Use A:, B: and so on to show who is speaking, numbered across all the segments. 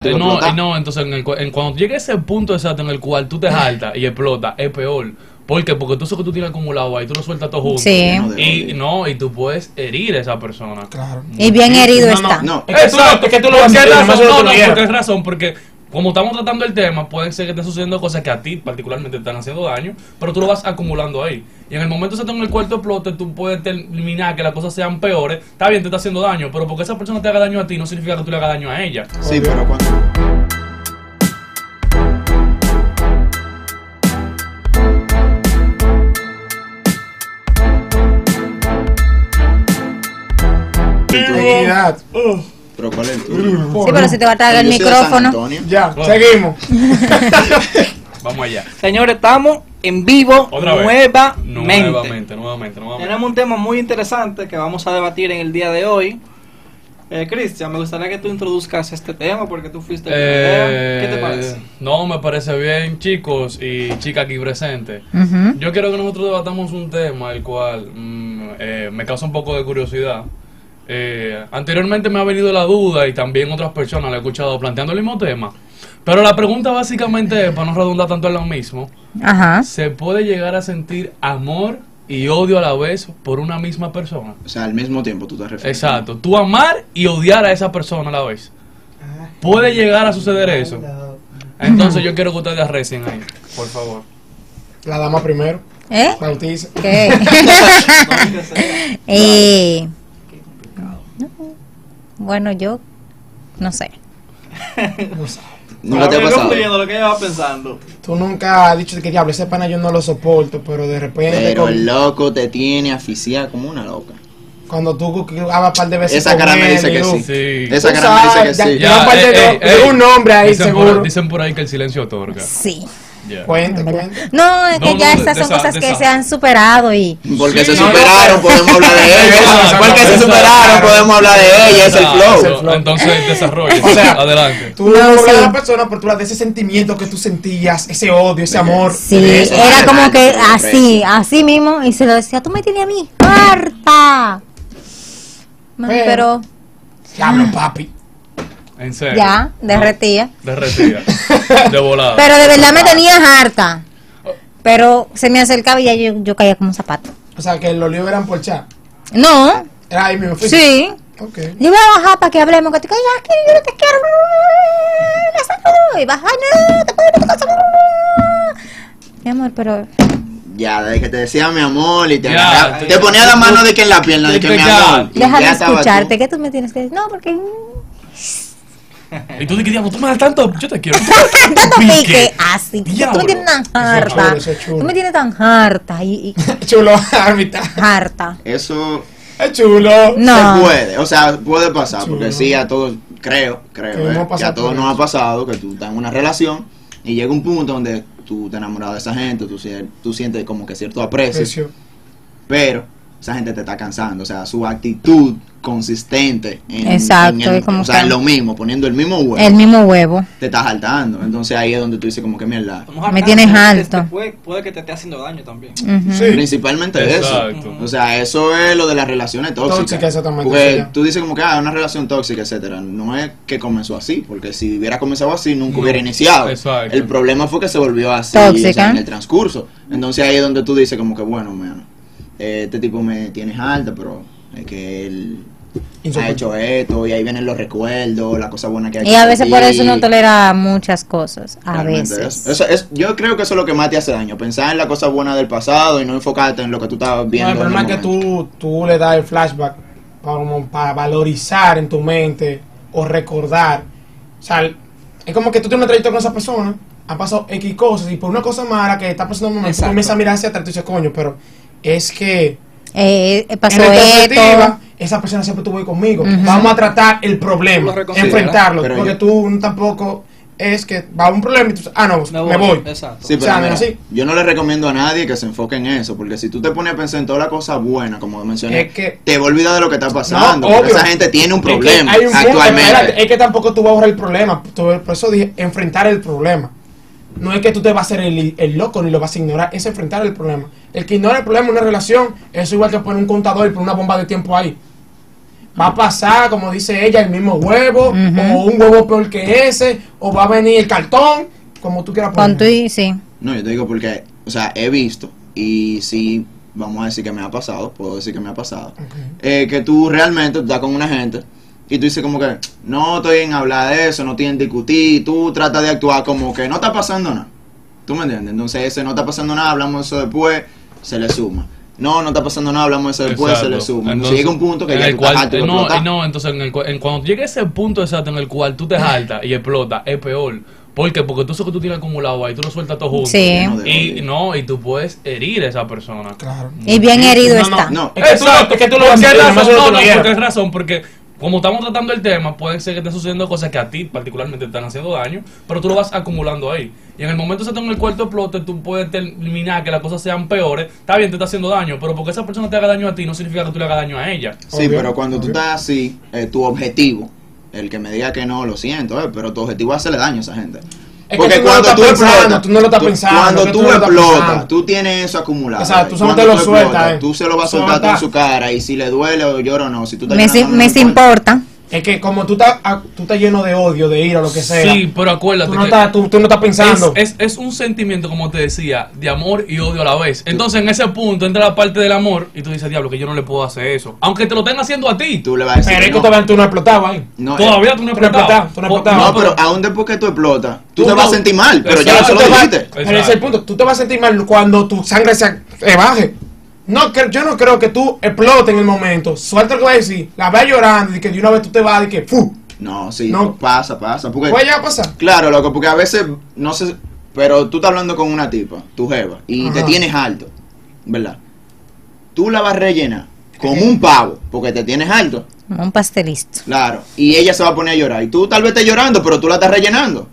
A: Te
B: No,
A: explota.
B: eh, no, entonces en el cu- en cuando llegue ese punto exacto en el cual tú te jaltas y explota, es peor. ¿Por qué? Porque tú eso que tú tienes acumulado ahí, tú lo sueltas todo junto.
C: Sí.
A: Lleno de
B: Y
A: odio.
B: no, y tú puedes herir a esa persona.
D: Claro.
C: Y bien herido
D: No, no,
C: está.
A: No,
D: Es que tú lo-
B: Exacto,
D: es que tú
B: ¿por
D: lo
B: qué
D: haces,
B: razón?
D: además,
B: No,
D: tú lo
B: no,
D: hieres.
B: porque es razón, porque como estamos tratando el tema, puede ser que estén sucediendo cosas que a ti particularmente te están haciendo daño, pero tú lo vas acumulando ahí. Y en el momento que en el cuarto explote, tú puedes terminar que las cosas sean peores. Está bien, te está haciendo daño, pero porque esa persona te haga daño a ti no significa que tú le hagas daño a ella.
A: sí, pero cuando...
D: Equidad.
A: Pero ¿cuál es el tuyo?
C: Sí, pero si te va a tragar el
A: Yo soy de San
C: micrófono.
A: Antonio.
D: Mm, Ya,
B: Bueno.
D: seguimos.
B: Vamos allá.
E: Señores, estamos en vivo
B: Otra
E: nuevamente.
B: vez. Nuevamente, nuevamente, nuevamente.
E: Tenemos un tema muy interesante que vamos a debatir en el día de hoy. Eh, Cristian, me gustaría que tú introduzcas este tema porque tú fuiste el que
B: Eh,
E: lo dio. ¿Qué te parece?
B: No, me parece bien, chicos y chicas aquí presentes.
C: Ujú.
B: Yo quiero que nosotros debatamos un tema el cual mm, eh, me causa un poco de curiosidad. Eh, anteriormente me ha venido la duda y también otras personas la he escuchado planteando el mismo tema. Pero la pregunta básicamente es, para no redundar tanto en lo mismo,
C: Ajá.
B: ¿se puede llegar a sentir amor y odio a la vez por una misma persona?
A: O sea, al mismo tiempo tú te refieres.
B: Exacto, tú amar y odiar a esa persona a la vez.
D: Ah,
B: Puede llegar a suceder eso. Entonces yo quiero que ustedes recen ahí, por favor.
D: La dama primero.
C: ¿Eh?
D: Bautiza.
C: ¿Qué?
E: No, que sea.
C: Eh, no. Bueno, yo no sé.
A: Nunca te ha
E: Ahora,
A: pasado.
E: concluyendo lo que ella va pensando.
D: Tú nunca has dicho que diablo, ese pana yo no lo soporto, pero de repente
A: Pero
D: con-
A: el loco te tiene asfixiada como una loca.
D: cuando tú hablas un par de veces
A: Esa
D: con
A: cara me
D: él,
A: dice que
D: yo,
A: sí.
B: Sí. eh,
A: Esa
D: Tú
A: cara me
D: sabes,
A: dice que sí.
D: ya- Gran parte de- de un hombre ahí,
B: dicen
D: seguro. Pues,
B: Por, dicen por ahí que el silencio otorga.
C: Sí.
B: Ya.
D: Cuente, cuente.
C: No, es que
B: No,
C: ya
B: no,
C: esas
B: de
C: son
B: esa-
C: cosas
B: de
C: que
B: esa.
C: se han superado y...
A: Porque
B: Sí,
A: se
B: no,
A: superaron, podemos hablar de ellos.
D: Esa-
A: Porque se
B: esa-
A: superaron, podemos hablar de ellos. Es el
B: Exacto.
A: flow.
B: Entonces desarrolla.
D: O sea,
B: adelante.
D: Tú no hablas
C: sí.
D: a la persona, pero tú hablas de ese sentimiento que tú sentías, ese odio, ese amor.
C: Sí,
A: De eso,
C: era
A: de
C: como
A: nada,
C: que
A: de nada,
C: así, así mismo, y se lo decía, tú me tienes a mí harta. Man, Pero
D: Pero- Diablo, papi.
B: En serio.
C: ya, derretía.
B: Derretida. De volada.
C: Pero de verdad me tenías harta. Pero se me acercaba y ya yo, yo caía como un zapato.
D: O sea, que los líos eran por chat.
C: No,
D: Era ahí mismo. fíjate.
C: sí.
D: Ok.
C: Yo voy a bajar para que hablemos, que te caigas aquí, yo no te quiero. me saco, Y baja, no, te puedo otra cosa. Mi amor, pero
A: Ya, desde que te decía mi amor y te
B: Ya,
A: agarraba-
B: te-
A: Te ponía la mano de que en la pierna, de que mi
B: Ya.
A: amor. y
C: déjame
A: ya estabas tú.
C: escucharte, que tú me tienes que decir, no, porque...
B: Y tú dices, diablo, tú me das tanto. Yo te quiero.
C: tanto
B: Pique.
C: pique así. que Tú
B: Diablo.
C: me tienes tan
D: Eso es
C: harta.
D: chulo, eso es chulo.
C: Tú me tienes tan harta y, y
D: Chulo, árbitra.
C: harta.
A: Eso
D: Es chulo.
A: se
C: No.
A: puede, o sea, puede pasar, porque
D: Chulo.
A: sí, a todos, creo, creo,
D: Que
A: eh,
D: no ha
A: que a
D: pasado
A: todos
D: por
A: nos
D: eso.
A: ha pasado que tú estás en una relación y llega un punto donde tú te enamoras de esa gente, tú, sie- tú sientes como que cierto aprecio,
D: Precio.
A: pero esa gente te está cansando, o sea, su actitud consistente en,
C: Exacto,
A: en el-
C: es como
A: o sea,
C: que-
A: en lo mismo, poniendo el mismo huevo,
C: El mismo huevo.
A: te estás saltando, entonces ahí es donde tú dices como que mierda,
E: Estamos acá,
C: Me tienes
E: pero
C: alto.
E: este Puede, puede que te esté haciendo daño también.
C: Ujú.
A: principalmente eso.
B: Exacto.
A: O sea, eso es lo de las relaciones tóxicas.
D: Tóxica, exactamente,
A: Porque
D: sí, ya.
A: tú dices como que, ah, una relación tóxica, etcétera. No es que comenzó así, porque si hubiera comenzado así, nunca
B: No,
A: hubiera iniciado.
B: exacto.
A: El problema fue que se volvió así
C: Tóxica.
A: o sea, en el transcurso. Entonces ahí es donde tú dices como que, bueno, mano, eh, este tipo me tienes alta, pero es que él ha
D: Insoportable.
A: hecho esto, y ahí vienen los recuerdos, las cosas buenas que ha hecho.
C: Y a veces por
A: ti.
C: eso no tolera muchas cosas. A
A: Realmente
C: veces.
A: eso- eso es- yo creo que eso es lo que más te hace daño, pensar en las cosas buenas del pasado y no enfocarte en lo que tú estabas
D: No,
A: viendo.
D: el
A: en
D: problema es que
A: momento.
D: tú, tú le das el flashback para, como para valorizar en tu mente o recordar. O sea, es como que tú tienes una trayectoria con esa persona, han pasado X cosas y por una cosa mala que está pasando en un momento, tú
E: Exacto.
D: comienzas a mirar hacia atrás y tú dices, coño, pero es que
C: Eh, eh, pasó
D: en
C: esto.
D: retrospectiva, esa persona siempre estuvo ahí conmigo.
C: Ujú.
D: Vamos a tratar el problema,
E: Lo reconsidera,
D: enfrentarlo,
A: pero
D: porque
A: yo-
D: tú tampoco es que va a un problema y tú, ah, no, me voy.
E: Exacto.
A: Sí,
D: O
A: pero
D: sea,
A: mira,
D: así.
A: yo no le recomiendo a nadie que se enfoque en eso, porque si tú te pones a pensar en toda la cosa buena, como mencioné,
D: Es que-
A: te va a olvidar de lo que está pasando,
D: No,
A: porque
D: obvio.
A: esa gente tiene un
D: Es que
A: problema
D: hay un punto,
A: actualmente.
D: espérate, es que tampoco tú vas a ahorrar el problema. tú- Por eso dije, enfrentar el problema. No es que tú te vas a hacer el, el loco ni lo vas a ignorar, es enfrentar el problema. El que ignora el problema en una relación es igual que poner un contador y poner una bomba de tiempo ahí. Va a pasar, como dice ella, el mismo huevo,
C: Ujú.
D: o un huevo peor que ese, o va a venir el cartón, como tú quieras
C: Con tu
D: poner.
C: y sí.
A: No, yo te digo porque, o sea, he visto y sí, vamos a decir que me ha pasado, puedo decir que me ha pasado, eh, que tú realmente estás con una gente y tú dices como que, no estoy en hablar de eso, no estoy en discutir, y tú tratas de actuar como que no está pasando nada. ¿Tú me entiendes? Entonces ese no está pasando nada, hablamos de eso después, se le suma. No, no está pasando nada, hablamos de eso después, se le
B: Exacto.
A: suma.
B: Entonces,
A: Llega un punto que
B: en
A: ya
B: el
A: tú
B: cual,
A: estás harto y
B: eh,
A: vas a
B: no,
A: explotar.
B: eh, no, entonces en el cual- en cuando llega ese punto exacto en el cual tú te jaltas y explotas, es peor. ¿Por qué? Porque tú eso que tú tienes acumulado ahí, tú lo sueltas todo junto.
C: Sí.
A: lleno de
B: Y
A: odio.
B: no, y tú puedes herir a esa persona.
D: Claro.
C: Y bien herido
D: No,
C: está.
A: no.
D: Es que tú
B: Exacto,
D: lo- es que tú lo
B: ¿Por
D: vas a
B: qué
D: hacer,
B: razón?
D: nomás lo
B: No, no,
D: tuvieras.
B: ¿por qué razón? Porque como estamos tratando el tema, puede ser que estén sucediendo cosas que a ti particularmente te están haciendo daño, pero tú lo vas acumulando ahí. Y en el momento que se en el cuarto explote, tú puedes terminar que las cosas sean peores. Está bien, te está haciendo daño, pero porque esa persona te haga daño a ti no significa que tú le hagas daño a ella.
A: Sí,
D: Obvio,
A: pero cuando
D: obvio.
A: tú estás así, eh, tu objetivo, el que me diga que no, lo siento, eh, pero tu objetivo es hacerle daño a esa gente.
D: que tú no lo estás pensando, tú no lo estás pensando,
A: Cuando
D: que
A: tú,
D: tú no lo estás
A: explotas,
D: pensando.
A: tú tienes eso acumulado.
D: O sea, tú
A: eh.
D: solo te
A: Cuando
D: lo
A: tú explotas,
D: sueltas, eh.
A: Tú se lo vas a
D: Solo
A: soltar todo en
D: está.
A: su cara y si le duele o llora o no, si tú estás
C: Me, si-
A: llorando, no
C: me
A: le
C: se
A: importa.
C: importa.
D: Es que como tú estás, ah, tú estás lleno de odio, de ira, lo que sea.
B: Sí, pero acuérdate
D: tú no
B: que
D: estás, tú, tú no estás
B: es,
D: pensando.
B: es- es un sentimiento, como te decía, de amor y odio a la vez. Entonces, en ese punto entra la parte del amor y tú dices, diablo, que yo no le puedo hacer eso. Aunque te lo estén haciendo a ti.
A: Tú le vas a decir
D: pero es
A: que
D: que todavía tú no explotabas ahí.
A: no, eh,
B: Todavía tú no
D: Tú no
B: explotabas.
D: explotabas, tú no explotabas.
A: no, pero aún después que tú explotas, tú,
D: Tú
A: te
D: no-
A: vas a sentir mal, pero ya
B: Exacto,
A: eso lo
D: te va-
A: dijiste.
D: pero ese es el punto. Tú te vas a sentir mal cuando tu sangre se se baje. No, que- yo no creo que tú explotes en el momento. Suelta lo que va a decir. La vas llorando y que de una vez tú te vas y que ¡fu!
A: No, sí,
D: No.
A: pasa, pasa. Porque
D: Puede llegar a pasar.
A: Claro, loco, porque a veces, no sé, pero tú estás hablando con una tipa, tu jeva, y te
D: Ajá.
A: tienes alto, ¿verdad? Tú la vas a rellenar como un pavo, porque te tienes alto,
C: Como un pastelito.
A: claro, y ella se va a poner a llorar. Y tú tal vez estés llorando, pero tú la estás rellenando.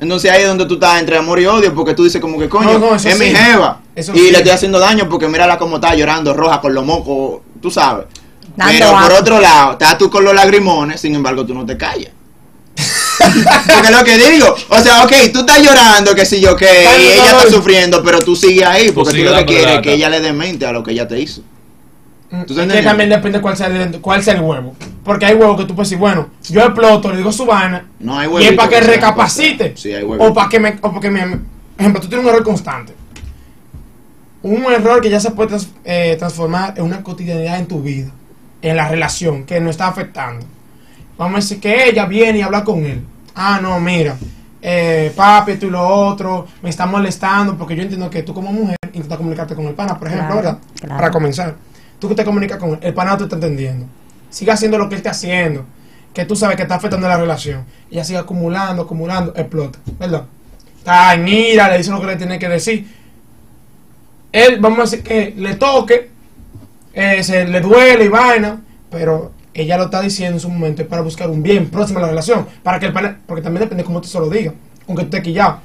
A: Entonces ahí es donde tú estás entre amor y odio, porque tú dices como que coño,
D: No, no,
A: es
D: eso
A: mi
D: sí.
A: jeva.
D: Eso
A: y
D: sí.
A: le estoy haciendo daño porque mírala como está llorando roja con los mocos, tú sabes.
C: Dando
A: pero por
C: asco.
A: otro lado, estás tú con los lagrimones, sin embargo tú no te callas. Porque es lo que digo, o sea, ok, tú estás llorando, que si yo que
D: Está bien,
A: ella
D: no,
A: está
D: no.
A: sufriendo, pero tú sigues ahí, porque tú,
B: sigues
A: lo que
B: dándole
A: quieres es
B: lata.
A: que ella le dé mente a lo que ella te hizo.
D: Es que
A: entendiendo?
D: también depende cuál sea, el, cuál sea el huevo. Porque hay huevos que tú puedes decir, bueno, yo exploto, le digo su vaina.
A: No hay
D: y es
A: huevitos
D: para que
A: sean
D: recapacite.
A: cosas. Sí, hay huevitos.
D: o para que me. O para que me. Ejemplo, tú tienes un error constante. Un error que ya se puede trans- eh, transformar en una cotidianidad en tu vida. En la relación que nos está afectando. Vamos a decir que ella viene y habla con él. Ah, no, mira. eh, papi, tú y lo otro. Me está molestando porque yo entiendo que tú como mujer intentas comunicarte con el pana, por ejemplo,
C: Claro,
D: ¿verdad?
C: claro.
D: Para comenzar. Tú que te comunicas con él. El pana no te está entendiendo. Sigue haciendo lo que él está haciendo. Que tú sabes que está afectando la relación. Ella sigue acumulando, acumulando, explota. ¿Verdad? Está en ira, le dice lo que le tiene que decir. Él, vamos a decir que le toque eh, se le duele y vaina, pero ella lo está diciendo en su momento es para buscar un bien próximo a la relación, para que el pana- porque también depende cómo tú se lo digas, aunque tú estés quillado.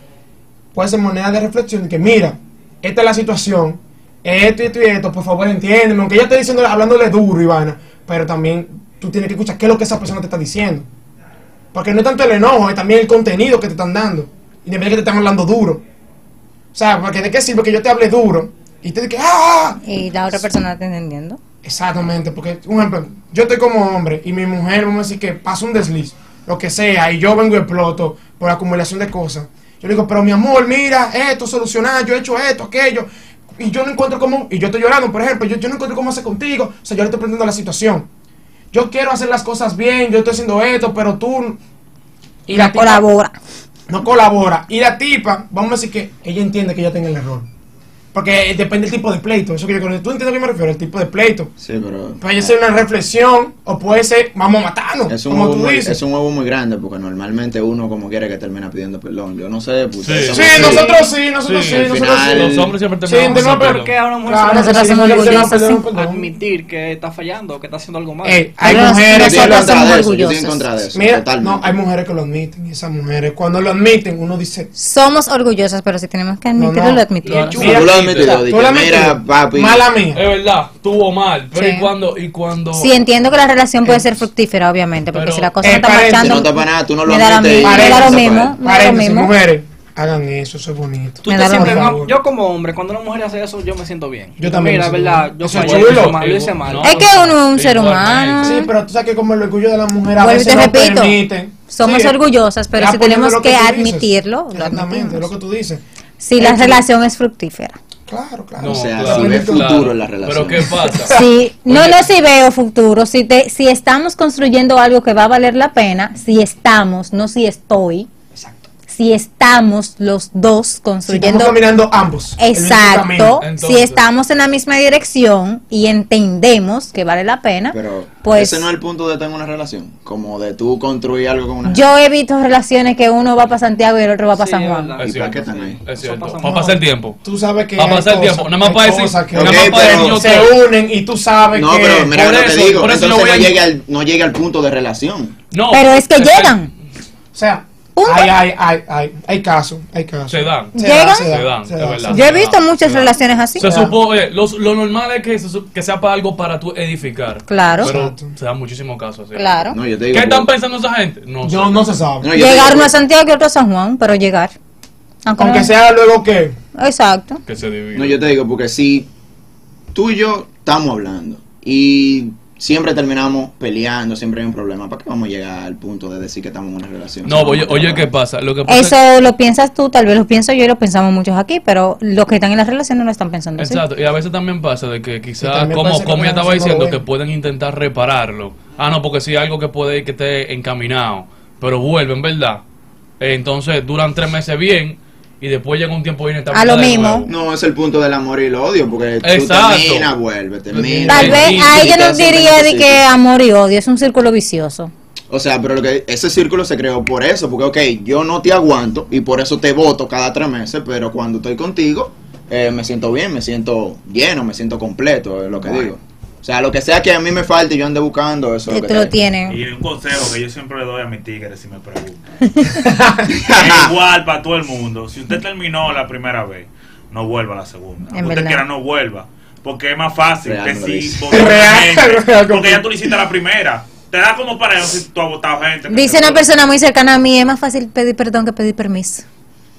D: Puede ser moneda de reflexión de que mira, esta es la situación, esto y esto y esto, por favor entiéndeme, aunque ella esté diciendo, hablándole duro y vaina, pero también tú tienes que escuchar qué es lo que esa persona te está diciendo. Porque no es tanto el enojo, es también el contenido que te están dando. Y de que te están hablando duro. O sea, porque de qué sirve que yo te hable duro y te diga, ¡ah!
C: Y la otra persona está entendiendo.
D: Exactamente, porque, un ejemplo, yo estoy como hombre y mi mujer, vamos a decir que pasa un desliz, lo que sea, y yo vengo y exploto por acumulación de cosas. Yo le digo, pero mi amor, mira, esto, solucionar, yo he hecho esto, aquello, y yo no encuentro cómo, y yo estoy llorando, por ejemplo, yo, yo no encuentro cómo hacer contigo, o sea, yo le estoy prendiendo la situación. Yo quiero hacer las cosas bien, yo estoy haciendo esto, pero tú... Y la tipa-
C: Colabora.
D: no colabora. Y la tipa, vamos a decir que ella entiende que ella tenga el error. Porque eh, depende del tipo de pleito. Eso que yo creo. ¿Tú entiendes a qué me refiero? El tipo de pleito.
A: Sí, pero...
D: Puede ser una reflexión o puede ser vamos a matarnos.
A: Es un,
D: como
A: huevo
D: tú
A: muy,
D: dices.
A: es un huevo muy grande porque normalmente uno como quiere que termina pidiendo perdón. Yo no sé, pues,
B: Sí.
A: eso
D: Sí,
A: no sé.
D: nosotros sí, nosotros
B: Sí,
D: sí,
A: al
D: nosotros
A: final-
D: sí.
B: Los hombres siempre
D: Sí,
B: terminamos
D: no,
B: haciendo
D: pero
B: perdón.
E: que ahora mujer
D: Claro,
C: Nosotros
D: sí,
C: somos
D: sí, sí,
C: orgullosos,
D: perdón,
C: sí.
D: perdón.
E: admitir que está fallando, que está haciendo algo mal.
D: Ey, hay
C: Pero
A: Yo
D: mujeres
A: estoy
D: que
A: en
D: lo
C: nosotros
A: contra
C: somos
A: de eso, yo estoy en
C: orgullosos.
A: contra de eso,
D: Mira,
A: totalmente.
D: no, hay mujeres que lo admiten y esas mujeres cuando lo admiten uno dice,
C: Somos orgullosas, pero si tenemos que admitirlo,
D: No, no.
C: lo admitimos.
B: Lo-
A: Tú lo has metido,
D: tú
A: dije,
D: la
A: mira,
D: metiste,
A: papi.
D: mala mía.
B: Es verdad, tuvo mal, pero
C: Sí.
B: y cuando y cuando
C: Sí, entiendo que la relación puede ser fructífera, obviamente, porque
B: Pero-
C: si la cosa
D: Eh,
C: no está
D: paréntesis,
C: marchando,
A: no está para nada, tú no lo
C: me da lo
A: admites pues. y
C: mismo, me da lo
A: paréntesis,
C: mismo, me da lo
D: Paréntesis,
C: mismo.
D: mujeres, Hagan eso, eso es bonito.
E: Tú
C: Me
E: te
C: da
E: sientes,
D: dolor.
E: no, yo como hombre, cuando una mujer hace eso, yo me siento bien.
D: Yo también
E: Mira,
D: me siento
E: verdad,
D: bien.
E: yo
D: Eso es
E: fallé, lo hice
D: chulo.
E: mal, lo hice mal.
B: No,
C: Es que uno es un ser
B: igualmente.
C: humano.
D: Sí, pero tú sabes que como el orgullo de la mujer a
C: Ah. Vuelvo y
D: veces
C: te
D: no
C: repito,
D: permiten.
C: somos
D: Sí,
C: orgullosas, pero
D: ya
C: si
D: poniendo
C: tenemos
D: lo
C: que
D: tú dices.
C: admitirlo, lo
D: Exactamente,
C: admitimos.
D: lo que tú dices.
C: Si la relación es fructífera.
D: Claro, claro.
B: No,
A: O sea,
B: claro,
A: si ve
B: claro.
A: futuro en la relación.
B: Pero ¿qué pasa?
C: Sí, no,
B: Oye.
C: no si veo futuro, si te, si estamos construyendo algo que va a valer la pena, si estamos, no si estoy,
E: Exacto.
C: si estamos los dos
D: Si estamos
C: construyendo
D: caminando ambos. el mismo
C: Exacto,
D: camino.
B: Entonces-
C: si estamos en la misma dirección y entendemos que vale la pena,
A: Pero
C: pues
A: ese no es el punto de estar en una relación. Como de tú construir algo con una
C: yo he visto relaciones que uno va para Santiago y el otro va para
E: Sí,
C: San
E: es
C: Juan.
E: verdad.
A: ¿Y
B: Es
A: para qué
B: cierto,
A: están ahí?
B: Es cierto.
E: Eso pasa
B: Va a pasar el tiempo.
D: Tú sabes que.
B: Va a
D: hay
B: pasar el
D: cosas-
B: tiempo. Nada más
D: hay
B: para decir-
D: cosas que
B: nada
A: más para decir yo
D: se
B: te-
D: unen y tú sabes
A: No,
D: que.
A: pero mira
B: por
A: lo que
B: eso-
A: te digo.
B: por eso
A: Entonces
B: no
A: no,
B: voy a-
A: llegue al, no llegue al punto de relación.
B: No,
C: Pero es que
B: se-
C: llegan.
D: O sea,
C: Punto.
D: hay, hay, hay, hay, hay casos. Hay casos.
B: Se dan.
D: Se
C: Llegan.
D: da, se
B: Se
D: da,
B: dan,
D: se
B: de
D: da,
B: verdad.
D: se da.
C: Yo he visto
B: Claro,
C: muchas
B: claro.
C: relaciones así.
B: Se
D: Claro.
B: supone, los- lo, normal es que, se su- que sea para algo para tú edificar.
C: Claro.
B: Pero
D: Exacto.
B: se dan muchísimos casos. así.
C: Claro.
A: No, yo te
B: ¿Qué
A: digo.
B: están
A: por-
B: pensando esa gente? No. sé.
D: Yo no se sabe.
A: No, yo te
C: Llegar
A: digo pues-
C: uno a
A: por-
C: Santiago y otro a San Juan, pero llegar. Aunque
D: Aunque
C: no-
D: sea luego que.
C: Exacto.
B: Que se dividen.
A: No, yo te digo, porque si tú y yo estamos hablando y siempre terminamos peleando, siempre hay un problema, ¿para qué vamos a llegar al punto de decir que estamos en una relación?
B: No,
A: Si
B: oye,
A: vamos a
B: oye,
A: acabar.
B: ¿qué pasa? Lo que pasa es-
C: Eso lo piensas tú, tal vez lo pienso yo y lo pensamos muchos aquí, pero los que están en la relación no lo están pensando así.
B: Exacto, y a veces también pasa de que
D: Y
B: quizás,
D: también
B: como,
D: pasa que
B: como ya
D: no
B: estaba
D: se lo
B: diciendo,
D: ven.
B: que pueden intentar repararlo. Ah, no, porque si hay algo que puede que esté encaminado, pero vuelven, ¿verdad? Eh, entonces duran tres meses bien y después llega un tiempo inestable.
C: A lo
B: de
C: mismo.
B: nuevo.
A: No, es el punto del amor y el odio, porque
B: Exacto.
A: tú terminas, vuelves, terminas.
C: Tal vez
B: Sí,
C: a ella
A: te
C: no
A: hacen
C: diría de
A: beneficio.
C: que amor y odio, es un círculo vicioso.
A: O sea, pero lo que ese círculo se creó por eso, porque, ok, yo no te aguanto y por eso te voto cada tres meses, pero cuando estoy contigo eh, me siento bien, me siento lleno, me siento completo, es lo que digo. O sea, lo que sea que a mí me falte y yo ande buscando, eso es lo
C: Te,
A: que
C: te lo
A: te digo.
C: tienen.
F: Y un consejo que yo siempre le doy a mis tigres si me preguntan. Es igual para todo el mundo. Si usted terminó la primera vez, no vuelva a la segunda.
C: En
F: Aunque usted
C: verdad.
F: quiera, no vuelva. Porque es más fácil
A: Real, me lo
F: decir
A: dice.
F: voluntariamente,
D: Real, real,
F: Porque ya
D: como-
F: tú le hiciste la primera. Te da como para eso si tú has votado gente.
C: Dice una persona muy cercana a mí, es más fácil pedir perdón que pedir permiso.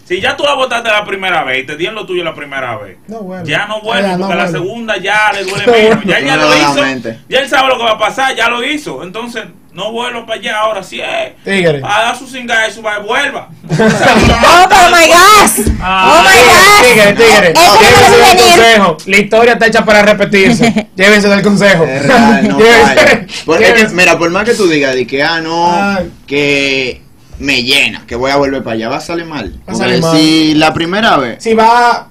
F: Si ya tú la votaste la primera vez y te dieron lo tuyo la primera vez.
D: No vuelve.
F: Ya no vuelve,
D: Ya no
F: porque la
D: vuelve.
F: segunda ya le duele
D: No
F: menos.
D: vuelve.
F: Ya, él ya lo
A: Nuevamente.
F: hizo. Ya él sabe lo que va a pasar, ya lo hizo. Entonces, no vuelvo para allá. Ahora sí es.
D: Tigre.
F: A dar su cinga y su va vuelva. Ah,
C: Oh, pero my gosh. Oh my gosh.
D: Tigre, tigre.
C: Eso no
D: Llévense
C: puede
D: del
C: venir.
D: consejo. La historia está hecha para repetirse. Llévense del consejo.
A: Es real, no falla. Porque es que,
D: Llévense.
A: mira, por más que tú digas de que, ah, no,
D: Ay.
A: que me llena, que voy a volver para allá, va a salir mal.
D: a
A: Porque
D: salir mal.
A: si la primera vez
D: Si va.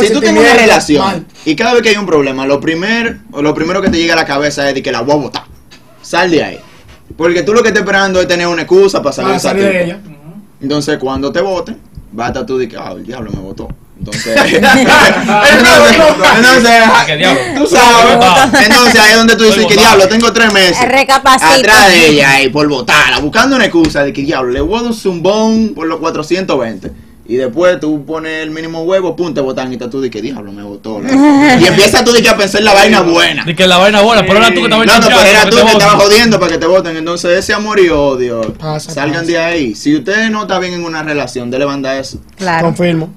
A: Yo- si tú tienes una
D: sentimiento,
A: relación
D: mal.
A: y cada vez que hay un problema, lo, primer, o lo primero que te llega a la cabeza es de que la voy a botar. Sal de ahí. Porque tú lo que estás esperando es tener una excusa para salir,
D: Para salir
A: esa
D: de
A: tipa.
D: Ah, ella.
A: Entonces, cuando te voten, va a estar tú de que, ah, el diablo me votó. Entonces, entonces, ah,
B: ¿Qué diablo?
A: tú sabes.
B: Votado.
A: Entonces, ahí es donde tú dices
B: Estoy
A: que
B: votado.
A: diablo, tengo tres meses.
C: Recapacita.
A: Atrás de ella, y por votarla, buscando una excusa de que diablo, le voy a dar un zumbón por los 420. Y después tú pones el mínimo huevo, pum, te botan y estás tú de que diablo me votó. loco". Y empieza tú de que a pensar la vaina buena.
B: De que la vaina buena, pero era tú que estabas
A: No, no,
B: chinchando,
A: pues era
B: que
A: tú
B: te
A: que
B: votan.
A: estabas jodiendo para que te voten. Entonces, ese amor y odio,
D: Pasa,
A: salgan
D: pasa.
A: de ahí. Si usted no está bien en una relación, dele banda a eso.
C: Claro.
D: Confirmo.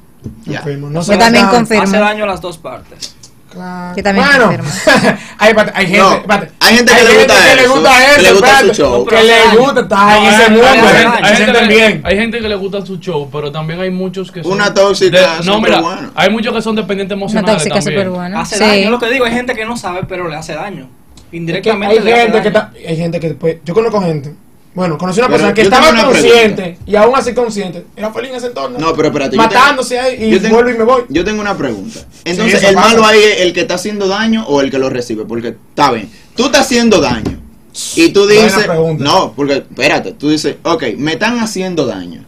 A: Ya.
D: Confirmo. No se
C: Yo también
D: vayan.
C: confirmo.
E: Hace daño a las dos partes.
D: Claro.
C: Yo también
D: bueno,
C: confirmo.
D: hay, espérate, hay gente,
A: No,
D: espérate.
A: hay gente que le gusta
D: que le
A: eso,
D: gusta
A: que
D: eso,
A: le gusta su
D: espérate.
A: show.
D: Que le gusta, está ahí,
B: No,
D: se
B: hay-
D: mueve,
B: hay-
E: mueven,
B: hay-
E: se
B: hay gente
D: sienten
B: que-
D: bien.
B: Hay gente que le gusta su show, pero también hay muchos que son.
A: Una tóxica
B: de- No,
A: súper
B: mira,
A: buena.
B: hay muchos que son dependientes
C: Una
B: emocionales.
C: tóxica
B: también.
C: súper buena.
E: Hace
C: Sí.
E: daño, es lo que digo. Hay gente que no sabe, pero le hace daño.
D: Es que
E: Indirectamente
D: hay
E: le hace
D: gente que
E: daño.
D: está, hay gente que después, yo conozco gente, bueno, conocí una
A: Pero
D: persona que
A: yo tengo
D: estaba
A: una
D: consciente
A: pregunta.
D: y aún así consciente, era feliz en ese entorno.
A: No, pero espérate. yo tengo-
D: matándose ahí y
A: yo tengo-
D: vuelvo y me voy.
A: Yo tengo una pregunta. Entonces,
D: eso
A: ¿el
D: pasa.
A: malo ahí es el que está haciendo daño o el que lo recibe? Porque está bien. Tú estás haciendo daño. Y tú
D: Buena
A: dices.
D: pregunta.
A: No, porque espérate. Tú dices, ok, me están haciendo daño.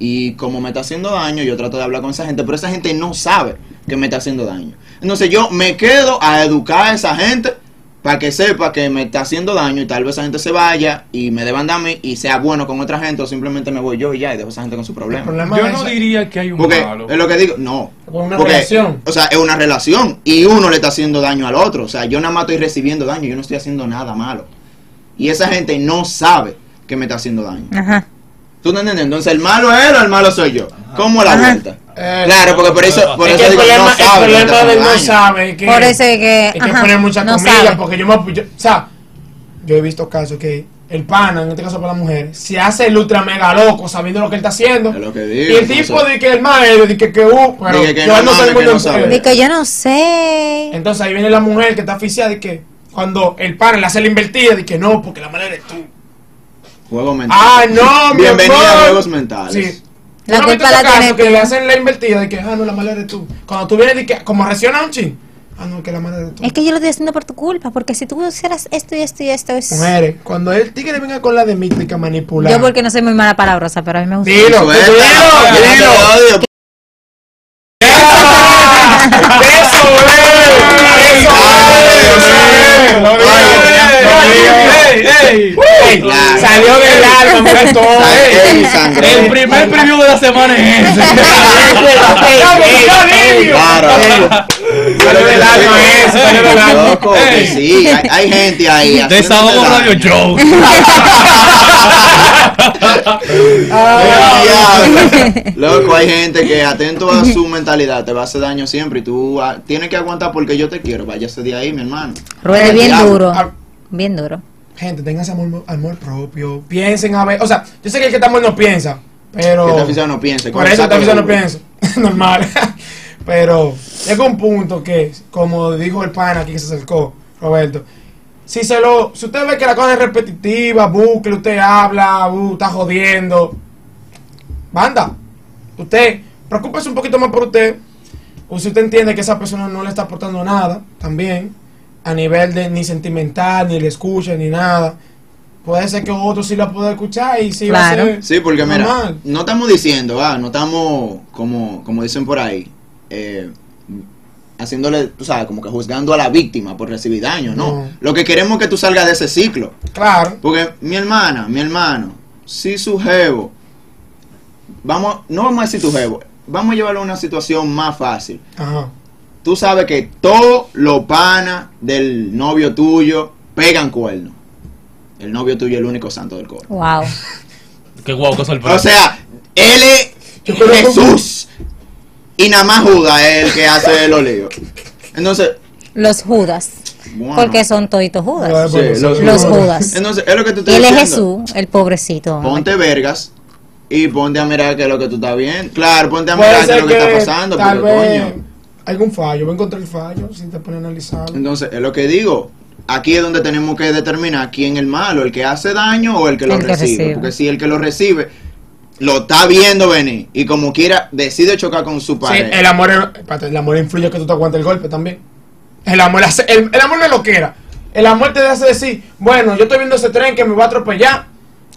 A: Y como me está haciendo daño, yo trato de hablar con esa gente, pero esa gente no sabe que me está haciendo daño. Entonces yo me quedo a educar a esa gente para que sepa que me está haciendo daño y tal vez esa gente se vaya y me deban de a mí y sea bueno con otra gente o simplemente me voy yo y ya y dejo a esa gente con su
D: El
A: problema.
D: problema
B: Yo
D: es
B: no
D: ese.
B: diría que hay un
A: Porque
B: malo.
A: es lo que digo, no.
D: Por una
A: Porque,
D: relación.
A: O sea, es una relación y uno le está haciendo daño al otro. O sea, yo nada más estoy recibiendo daño, yo no estoy haciendo nada malo. Y esa gente no sabe que me está haciendo daño.
C: Ajá.
A: Entonces ¿Tú no entiendes? Entonces, el malo es él o el malo soy yo. ¿Cómo la
C: Ajá.
A: vuelta?
D: Eh,
A: Claro, porque por eso, por
D: Es que
A: eso
D: el
A: digo,
D: problema,
A: no
D: el
A: sabe.
D: problema
A: no te
D: del no
A: acompaña.
D: sabe que
C: Por eso es que,
D: hay que
C: ajá,
D: poner mucha
C: no
D: comida
C: sabe.
D: porque yo me yo- o sea yo he visto casos que el pana en este caso para la mujer se hace el ultra mega loco sabiendo lo que él está haciendo
A: Es lo que digo,
D: y el
A: no
D: tipo
A: sé.
D: de que el maestro de que que uh, pero
A: Dije que
D: yo
A: no
D: no
A: mames,
D: tengo
A: que no
D: ningún-
A: sabe.
C: De que yo no sé.
D: entonces ahí viene la mujer que está asfixiada y que cuando el pana le hace la invertida de que no porque la manera eres tú
A: Juegos mentales.
D: ah no mi
A: Bienvenida
D: amor.
A: a juegos mentales.
D: Sí.
C: La
D: Tú no has
C: culpa
D: visto
C: la
D: esos
C: tiene
D: casos
C: tú.
D: que le hacen la invertida de que, ah, no, la mala eres tú. Cuando tú vienes y que, como reacciona un ching, ah, no, que la mala eres tú.
C: Es que yo lo estoy haciendo por tu culpa, porque si tú hicieras esto y esto y esto es...
D: Mujeres, cuando el tigre venga con la de mítica manipular.
C: Yo porque no soy muy mala palabrosa, pero a mí me gusta.
D: Dilo, dilo,
A: Suelta, ya te
D: dilo.
A: odio.
D: ¡Eso eh! es! ¡Eso es!
A: Ay,
D: Lo digo,
A: ay,
D: lo digo. Ey,
A: Claro.
D: eh, Salió del alma, mujer, todo.
A: Ay,
D: Ey,
A: ey, sangre.
B: El primer preview de la semana es
D: ey, ey,
A: Claro.
D: Salió del alma eso, salió del alma.
A: Loco, que sí, hay, hay gente ahí.
B: ese. Desahogo
A: haciéndote
B: Radio
A: daño.
B: Show.
A: Diablo. Loco, hay gente que atento a su mentalidad te va a hacer daño siempre y tú ah, tienes que aguantar porque yo te quiero. Váyase de ahí, mi hermano.
C: Ruede
A: Ay,
C: bien
A: diablo.
C: duro.
D: Ah.
C: Bien duro.
D: Gente, tengan amor, amor propio. Piensen a ver. O sea, yo sé que el que está mal no piensa, pero.
A: Que está aficionado no piense.
D: Por eso también no pienso. Normal. Pero llega un punto que, como dijo el pana aquí que se acercó, Roberto, si se lo, si usted ve que la cosa es repetitiva, bucle, usted habla, bu, está jodiendo, banda, usted, preocúpese un poquito más por usted, o si usted entiende que esa persona no le está aportando nada, también, a nivel de ni sentimental, ni le escucha, ni nada, puede ser que otro sí la pueda escuchar y sí va
C: Claro.
D: a ser
A: Sí, porque mira,
D: normal.
A: no estamos diciendo, ah, no estamos, como, como dicen por ahí, eh, haciéndole, tú sabes, como que juzgando a la víctima por recibir daño, no.
D: No.
A: Lo que queremos es que tú salgas de ese ciclo.
D: Claro.
A: Porque mi hermana, mi hermano, si su jevo, vamos, no vamos a decir tu jevo, vamos a llevarlo a una situación más fácil.
D: Ajá.
A: Tú sabes que todos los panas del novio tuyo pegan cuernos. El novio tuyo es el único santo del coro.
C: Wow.
B: Qué guau, qué sorpresa.
A: O sea, él es
D: Yo creo que-
A: Jesús. Y nada más Judas es el que hace el oleo. Entonces,
C: Los Judas.
A: bueno.
C: Porque son toditos Judas.
D: Ah,
A: Sí, los-
C: Los Judas.
A: Entonces, es lo que tú estás
C: Él es
A: diciendo.
C: Jesús, el pobrecito.
A: Ponte vergas y ponte a mirar qué es lo que tú estás viendo. Claro, ponte a
D: Puede
A: mirar qué es
D: ser
A: lo
D: que
A: que está pasando.
D: tal
A: porque,
D: vez
A: coño.
D: algún fallo, voy a encontrar el fallo si te pone a analizar.
A: Entonces, es lo que digo. Aquí es donde tenemos que determinar quién es el malo, el que hace daño o el que lo
C: El que
A: recibe.
C: recibe.
A: Porque si el que lo recibe lo está viendo venir y como quiera decide chocar con su
D: Sí,
A: pareja.
D: el amor, espérate, el amor influye que tú te aguantes el golpe también. El amor hace, el, el amor no es lo que era. El amor te hace decir, bueno, yo estoy viendo ese tren que me va a atropellar.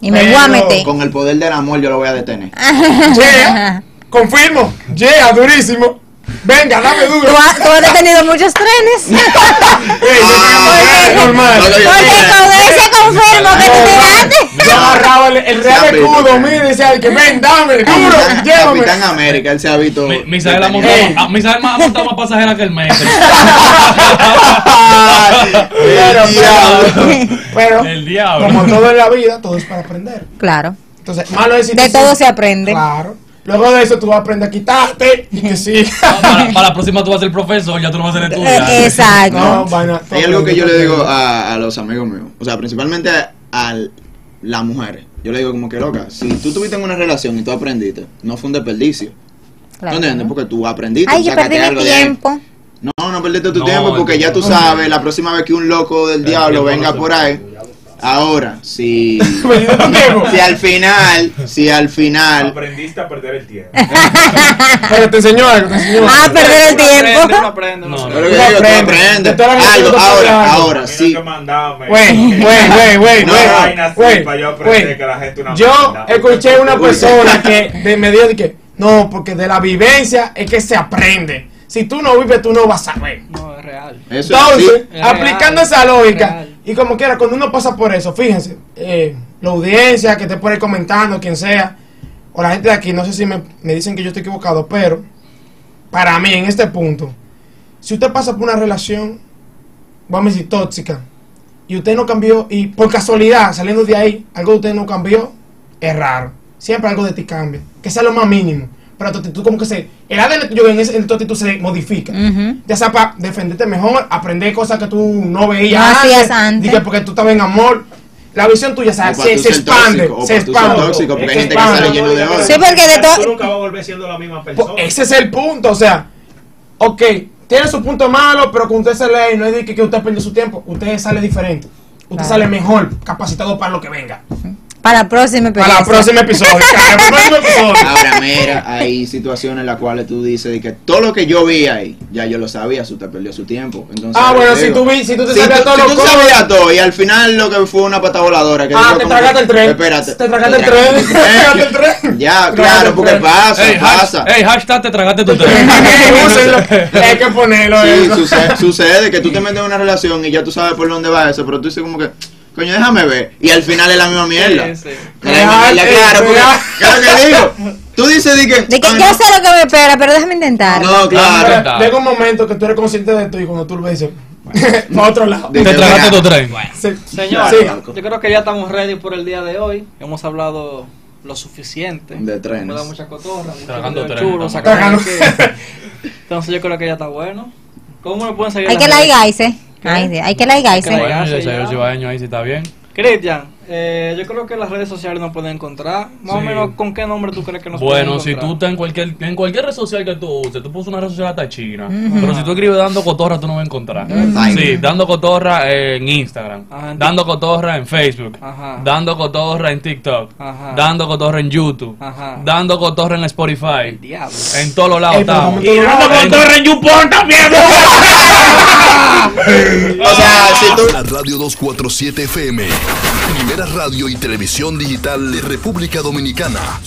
C: Y me
D: pero
C: voy a meter.
A: Con el poder del amor yo lo voy a detener.
C: Ah,
D: Yeah, confirmo, yeah, durísimo. Venga, dame
C: Tú
D: duro.
C: has, tú has detenido muchos trenes.
D: Ey, yo
A: Ah,
D: creo que es normal.
A: no, no,
C: Porque
A: yo-
C: con él se confirmó que tú tiraste.
D: Yo agarraba el, el real
A: Está bien,
D: escudo,
A: está bien.
D: mire, y decía, que ven, dame, duro,
A: Capitán,
D: llévame.
A: Capitán ah, América, él se ha visto.
B: Mi- Misael la montó
A: detenido.
D: Ey.
B: más- a- Misael más- ha montado más pasajeras que el metro.
D: Ah,
B: Ah,
D: Pero,
A: El diablo.
D: pero, pero,
B: El diablo.
D: como todo en la vida, todo es para aprender.
C: Claro.
D: Entonces, malo es si
C: De
D: tú-
C: todo se aprende.
D: Claro. Luego de eso, tú vas a aprender a quitarte y que sí.
B: para, para la próxima tú vas a ser profesor, ya tú no vas a ser
C: Eh,
B: estudiante.
C: Exacto.
D: no, van a-
A: Hay algo que yo le digo a, a los amigos míos, o sea, principalmente a, a las mujeres. Yo le digo como que loca, si tú tuviste una relación y tú aprendiste, no fue un desperdicio.
C: Claro.
A: ¿No entiendes? Porque tú aprendiste.
C: Ay,
A: tú
C: yo
A: sacaste
C: perdí mi
A: algo de ahí.
C: tiempo.
A: No, no perdiste tu
B: No,
A: tiempo porque ya tú
B: no.
A: sabes, la próxima vez que un loco del diablo
B: tiempo
A: venga
B: no se
A: por
B: puede.
A: ahí, ahora, si,
D: Perdido tu tiempo.
A: si al final, si al final,
F: Aprendiste a perder el tiempo.
D: Pero te enseñó algo, te enseñó
C: Ah,
D: algo.
C: perder el
E: Uno aprende, uno
C: tiempo.
E: aprende, uno
B: No,
A: yo lo que
E: aprende.
D: Tú
A: digo, tú
D: aprendes.
A: aprendes
D: De todas las
A: algo,
D: cosas que tú
A: ahora,
D: aprendes.
A: ahora, sí.
F: que mandarme.
D: Güey, güey, güey, güey,
A: No,
D: güey,
A: no,
F: vaina así
D: güey,
F: para yo aprender
D: güey.
F: que la gente una
D: Yo
F: mierda.
D: escuché una
A: Uy.
D: persona que de- me dijo de que no, porque de la vivencia es que se aprende. Si tú no vives, tú no vas a saber.
E: No, es real.
A: Eso es así.
D: Entonces,
E: Es
D: aplicando
E: real,
D: esa lógica,
E: real.
D: y como quiera, cuando uno pasa por eso, fíjense, eh, la audiencia que te puede ir comentando, quien sea, o la gente de aquí, no sé si me, me dicen que yo estoy equivocado, pero para mí, en este punto, si usted pasa por una relación, vamos a decir, tóxica, y usted no cambió, y por casualidad, saliendo de ahí, algo de usted no cambió, es raro. siempre algo de ti cambia. Que sea lo más mínimo. Pero tu actitud como que se... El ADN tuyo en, ese- en tu actitud se modifica.
C: Ujú.
D: Ya sea para defenderte mejor, aprender cosas que tú no veías
C: No hacías antes.
D: Dije, porque tú estabas en amor. La visión tuya o sea,
A: O para
D: se,
A: tú
D: se
A: ser
D: expande.
A: tóxico, o
D: se
A: para tú ser
D: expande.
A: tóxico, porque hay
D: Se
A: gente que sale
D: expande.
A: lleno de odio.
C: Sí, porque de
G: todo.
C: to- Pues,
G: nunca va a volver siendo la misma persona.
D: Po- Ese es el punto, o sea, ok, tiene su punto malo, pero que usted se lee y no es de que, que usted pierde su tiempo, usted sale diferente, usted
C: Claro. Pues
D: sale mejor, capacitado para lo que venga.
C: Para la próxima
D: Para el
C: experiencia.
D: próximo episodio, para el próximo episodio.
A: Ahora, mira, hay situaciones en las cuales tú dices de que todo lo que yo vi ahí, ya yo lo sabía, usted perdió su tiempo. Entonces,
D: Ah, bueno,
A: te
D: si
A: digo,
D: tú vi- si tú te
A: si
D: sabías
A: tú-
D: todo
A: si
D: lo
A: tú
D: que-
A: sabías todo y al final lo que fue una pata voladora. Que
D: Ah,
A: digo
D: te
A: como
D: tragaste
A: que,
D: el tren.
A: Espérate.
D: Te tragaste el tren. Te tragaste el tren.
A: Ya,
D: Te tragaste
A: claro,
D: el
A: porque
D: tren.
A: pasa,
B: Ey, hash-
A: pasa.
B: ey, hashtag te tragaste tu teléfono.
D: Úsenlo, Hay que ponerlo
A: Ah, Sí,
D: eso.
A: sucede, sucede que tú te metes en una relación y ya tú sabes por dónde va eso, pero tú dices como que, coño, déjame ver. Y al final es la misma mierda.
E: Sí, sí.
A: Es la misma mierda,
D: Ay,
A: claro, porque,
D: cuidado.
A: claro que digo. Tú dices de que,
C: De que
D: Ah,
A: "Ay,
C: ya
A: no".
C: sé lo que me espera, pero déjame intentar.
A: No, claro.
D: Pero Llega un momento que tú eres consciente de esto y cuando tú lo ves, dices, para otro lado.
A: De-
B: Te tragaste tu tren.
D: Sí.
E: Señor,
D: Sí.
E: yo creo que ya estamos ready por el día de hoy. Hemos hablado lo suficiente.
A: De trenes.
E: Hemos dado mucha cotorra, mucho
B: Tragando
E: video
B: trenes,
E: chulo,
B: estamos
E: sacamos
D: tragando.
E: de qué. Entonces yo creo que ya está bueno. ¿Cómo lo pueden seguir?
C: Hay
E: en
C: que
E: las redes?
C: laigarse. Ay,
A: ¿Eh?
C: de- hay que laigarse.
E: Hay que
B: Bueno,
E: Sí.
B: y de Chayo Cibaeño ahí sí está bien.
E: Cristian, eh, yo creo que las redes sociales nos pueden encontrar. Más o
B: Sí.
E: menos, ¿con qué nombre tú crees que nos
B: Bueno,
E: pueden
B: si
E: encontrar?
B: tú estás en cualquier, en cualquier red social que tú uses, tú pones una red social hasta China. Pero si tú escribes dando cotorra, tú no vas a encontrar.
A: Ay.
B: Sí, dando cotorra eh, en Instagram,
E: Ajá, enti-
B: dando cotorra en Facebook,
E: Ah, Ajá.
B: dando cotorra en TikTok,
E: Ajá.
B: dando cotorra en YouTube,
E: Ajá.
B: Dando cotorra en Spotify.
E: Diablo.
B: En todos los lados
D: Ey, pero
B: estamos.
D: como tú-
B: no,
D: dando
B: en-
F: en YouPorn también!
A: O sea, si tú,
H: La Radio 247 FM, primera radio y televisión digital de República Dominicana.